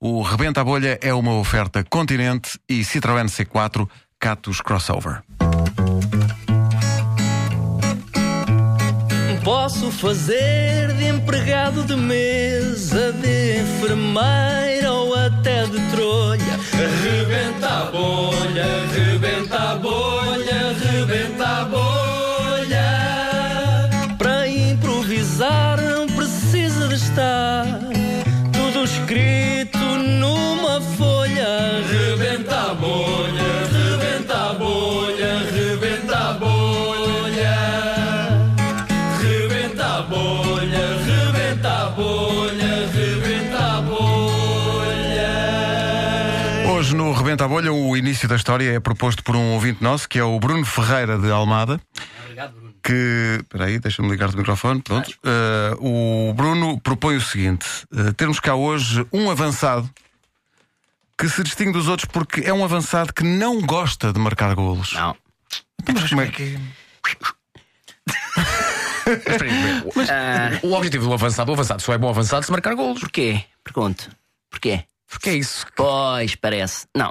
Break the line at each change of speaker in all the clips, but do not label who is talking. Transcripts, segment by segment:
O Rebenta a Bolha é uma oferta Continente e Citroën C4 Catos Crossover.
Posso fazer de empregado de mesa, de enfermeira ou até de trolha.
Rebenta a bolha, rebenta a bolha, rebenta a bolha.
Para improvisar não precisa de estar tudo escrito numa folha.
Rebenta a bolha, rebenta a bolha, rebenta a bolha. Rebenta a bolha, rebenta a bolha, rebenta a bolha.
Hoje no Rebenta a Bolha, o início da história é proposto por um ouvinte nosso, que é o Bruno Ferreira de Almada. Que, peraí, deixa-me ligar o microfone, pronto. Eh, o Bruno propõe o seguinte: eh, termos cá hoje um avançado que se distingue dos outros porque é um avançado que não gosta de marcar golos.
Não.
Mas como é que.
Ah. O objetivo do avançado, o avançado só é bom avançado se marcar golos.
Porquê? Pergunto. Porquê?
Porque é isso.
Pois, parece. Não.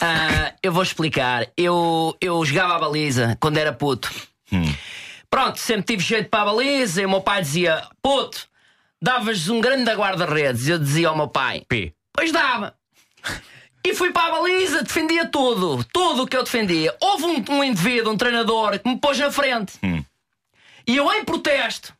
Ah, eu vou explicar. Eu, eu jogava à baliza quando era puto. Pronto, sempre tive jeito para a baliza e o meu pai dizia: Puto, davas um grande guarda-redes. Eu dizia ao meu pai:
P.
Pois dava. E fui para a baliza, defendia tudo, tudo o que eu defendia. Houve um, um indivíduo, um treinador, que me pôs na frente.
Hum.
E eu em protesto,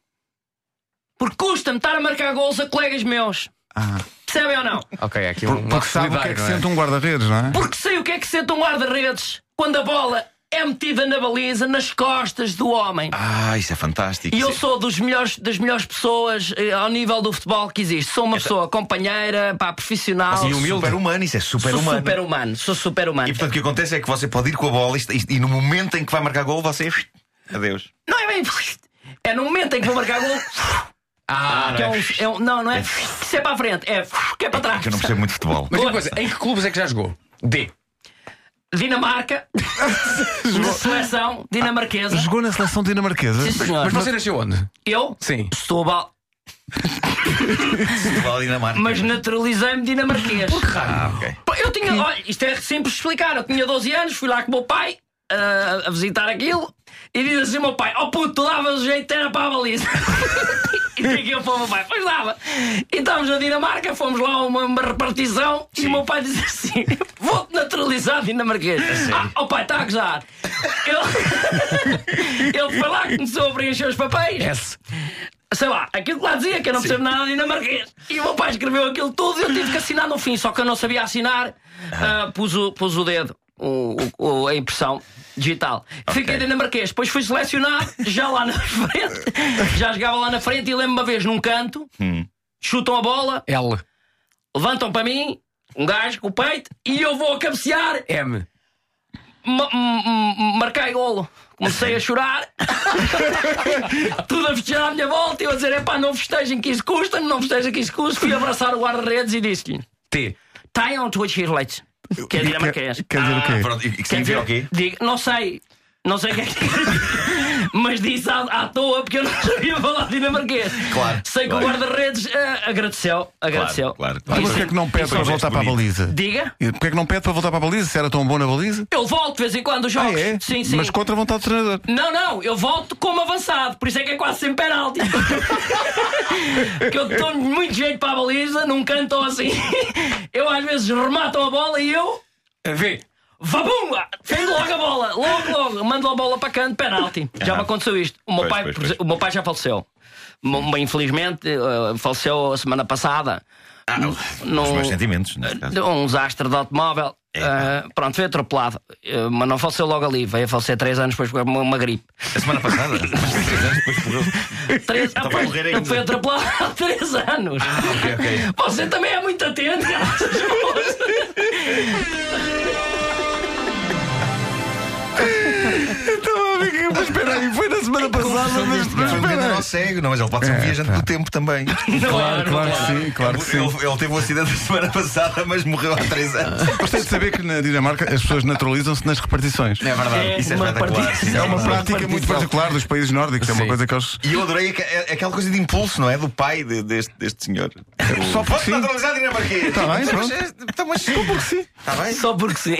porque custa-me estar a marcar gols a colegas meus.
Ah.
Percebem ou não?
Ok, é aqui
Por-
um
Porque sabe o que é que sente um guarda-redes, não é?
Porque sei o que é que sente um guarda-redes quando a bola é metida na baliza, nas costas do homem.
Ah, isso é fantástico.
E eu
Isso é-
sou dos melhores, das melhores pessoas eh, ao nível do futebol que existe. Sou uma pessoa companheira, pá, profissional.
E Então humilde. Super humano, isso é super
sou
humano.
super humano. Sou super humano.
E portanto o que acontece é que você pode ir com a bola e, e- e no momento em que vai marcar gol, você. Adeus.
Não é bem. É no momento em que vou marcar gol.
Ah,
que é um- é um- não, não é. Que é para a frente. É que é para trás.
Que eu não percebo muito de futebol.
Mas diga uma coisa, em que clubes é que já jogou? D.
Dinamarca. de seleção dinamarquesa.
Jogou na seleção dinamarquesa.
Sim, senhor.
Mas você nasceu onde?
Eu
Sim.
estou bal.
Futebol dinamarca.
Mas naturalizei-me dinamarquês.
Ah, ok.
Pá, Eu tinha. Olha, isto é simples de explicar. Eu tinha 12 anos, fui lá com o meu pai ah, a visitar aquilo e diz assim: o meu pai, oh puto, tu davas o jeito, era para a baliza. e daqui eu para o meu pai, pois dava. E estávamos na Dinamarca, fomos lá a uma, uma repartição e o meu pai diz assim: vou-te naturalizar dinamarquês. Ah, oh pai, está a gozar. Ele, ele foi lá, começou a preencher os papéis
S.
sei lá, aquilo que lá dizia que eu não percebo nada de dinamarquês. E o meu pai escreveu aquilo tudo e eu tive que assinar no fim, só que eu não sabia assinar, ah, pus, o, pus o dedo, o, o- o- a impressão digital. Fiquei dinamarquês, depois fui selecionado, já lá na frente, já jogava lá na frente e lembro-me uma vez num canto, chutam a bola,
L.
levantam para mim, um gajo com o peito, e eu vou a cabecear
M.
Ma- m- m- marquei golo. Comecei a chorar, tudo a festejar à minha volta. E eu a dizer: é pá, não festejem que isso custa, não festejem que isso custa. Fui abraçar o guarda-redes e disse-lhe:
T.
Taiam tuas cheerleads. Que é dinamarquês.
Quer dizer o quê?
Pronto, e e que significa o quê?
Digo, não sei, não sei o que é que mas disse à, à toa porque eu não sabia falar dinamarquês.
Claro,
Sei que
claro.
o guarda-redes eh, agradeceu, agradeceu.
Claro, claro.
Mas porquê é que não pede para voltar para a baliza?
Diga,
E Porquê é que não pede para voltar para a baliza se era tão bom na baliza? É,
eu volto de vez em quando os jogos. Sim, sim.
Ah, Mas contra a vontade do treinador.
Não, não, eu volto como avançado, por isso é que é quase sempre penalti. que eu dou muito jeito para a baliza, num canto ou assim. Eu às vezes remato a bola e eu.
V.
Vabumba! Defendo logo a bola, logo, logo, mando a bola para canto, penalti. Já me aconteceu isto. O meu,
Pois,
pai,
pois, pois.
o meu pai já faleceu. Mo- mo- Infelizmente, eh, faleceu a semana passada.
Ah, os
Não-
meus sentimentos, neste caso.
de um desastre de automóvel.
É,
Ah, pronto, foi atropelado. Ah, mas não faleceu logo ali, veio a falecer três anos depois com uma, uma gripe.
A semana passada, mas três anos depois morreu.
Três, ah,
Então vai
pois,
morrer
ele
ainda. Ah,
foi atropelado há três anos.
Ok, ok.
Você também é muito atento.
Então,
é
Mas espera aí, foi na semana passada, mas mas espera aí.
só um cego, não, mas ele pode ser um
É,
viajante
pá.
do tempo também.
é,
Claro, claro que sim, claro que sim.
Ele, ele teve um acidente da semana passada, mas morreu há três anos.
Gostei de saber que na Dinamarca as pessoas naturalizam-se nas repartições.
É verdade.
É
Isso é
uma
espetacular.
partida-
Isso
É uma
verdade.
prática muito particular dos países nórdicos. É uma
Sim.
coisa que eles.
E eu adorei aque- a- aquela coisa de impulso, não é? Do pai de- deste, deste senhor.
Só porque
Pode
sim.
naturalizar dinamarquês.
Tá bem,
Mas-
pronto.
mas- Então, mas só porque sim. Está bem?
Só porque sim.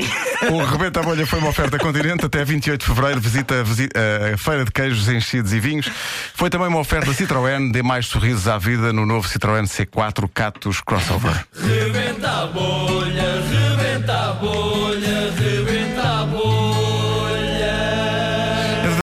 O Rebenta a Bolha foi uma oferta continente até 28 de fevereiro. Visita a, visi- a Feira de Queijos Enchidos e Vinhos. Foi também uma oferta Citroën. Dê mais sorrisos à vida no novo Citroën C4 Catos Crossover.
Rebenta a bolha,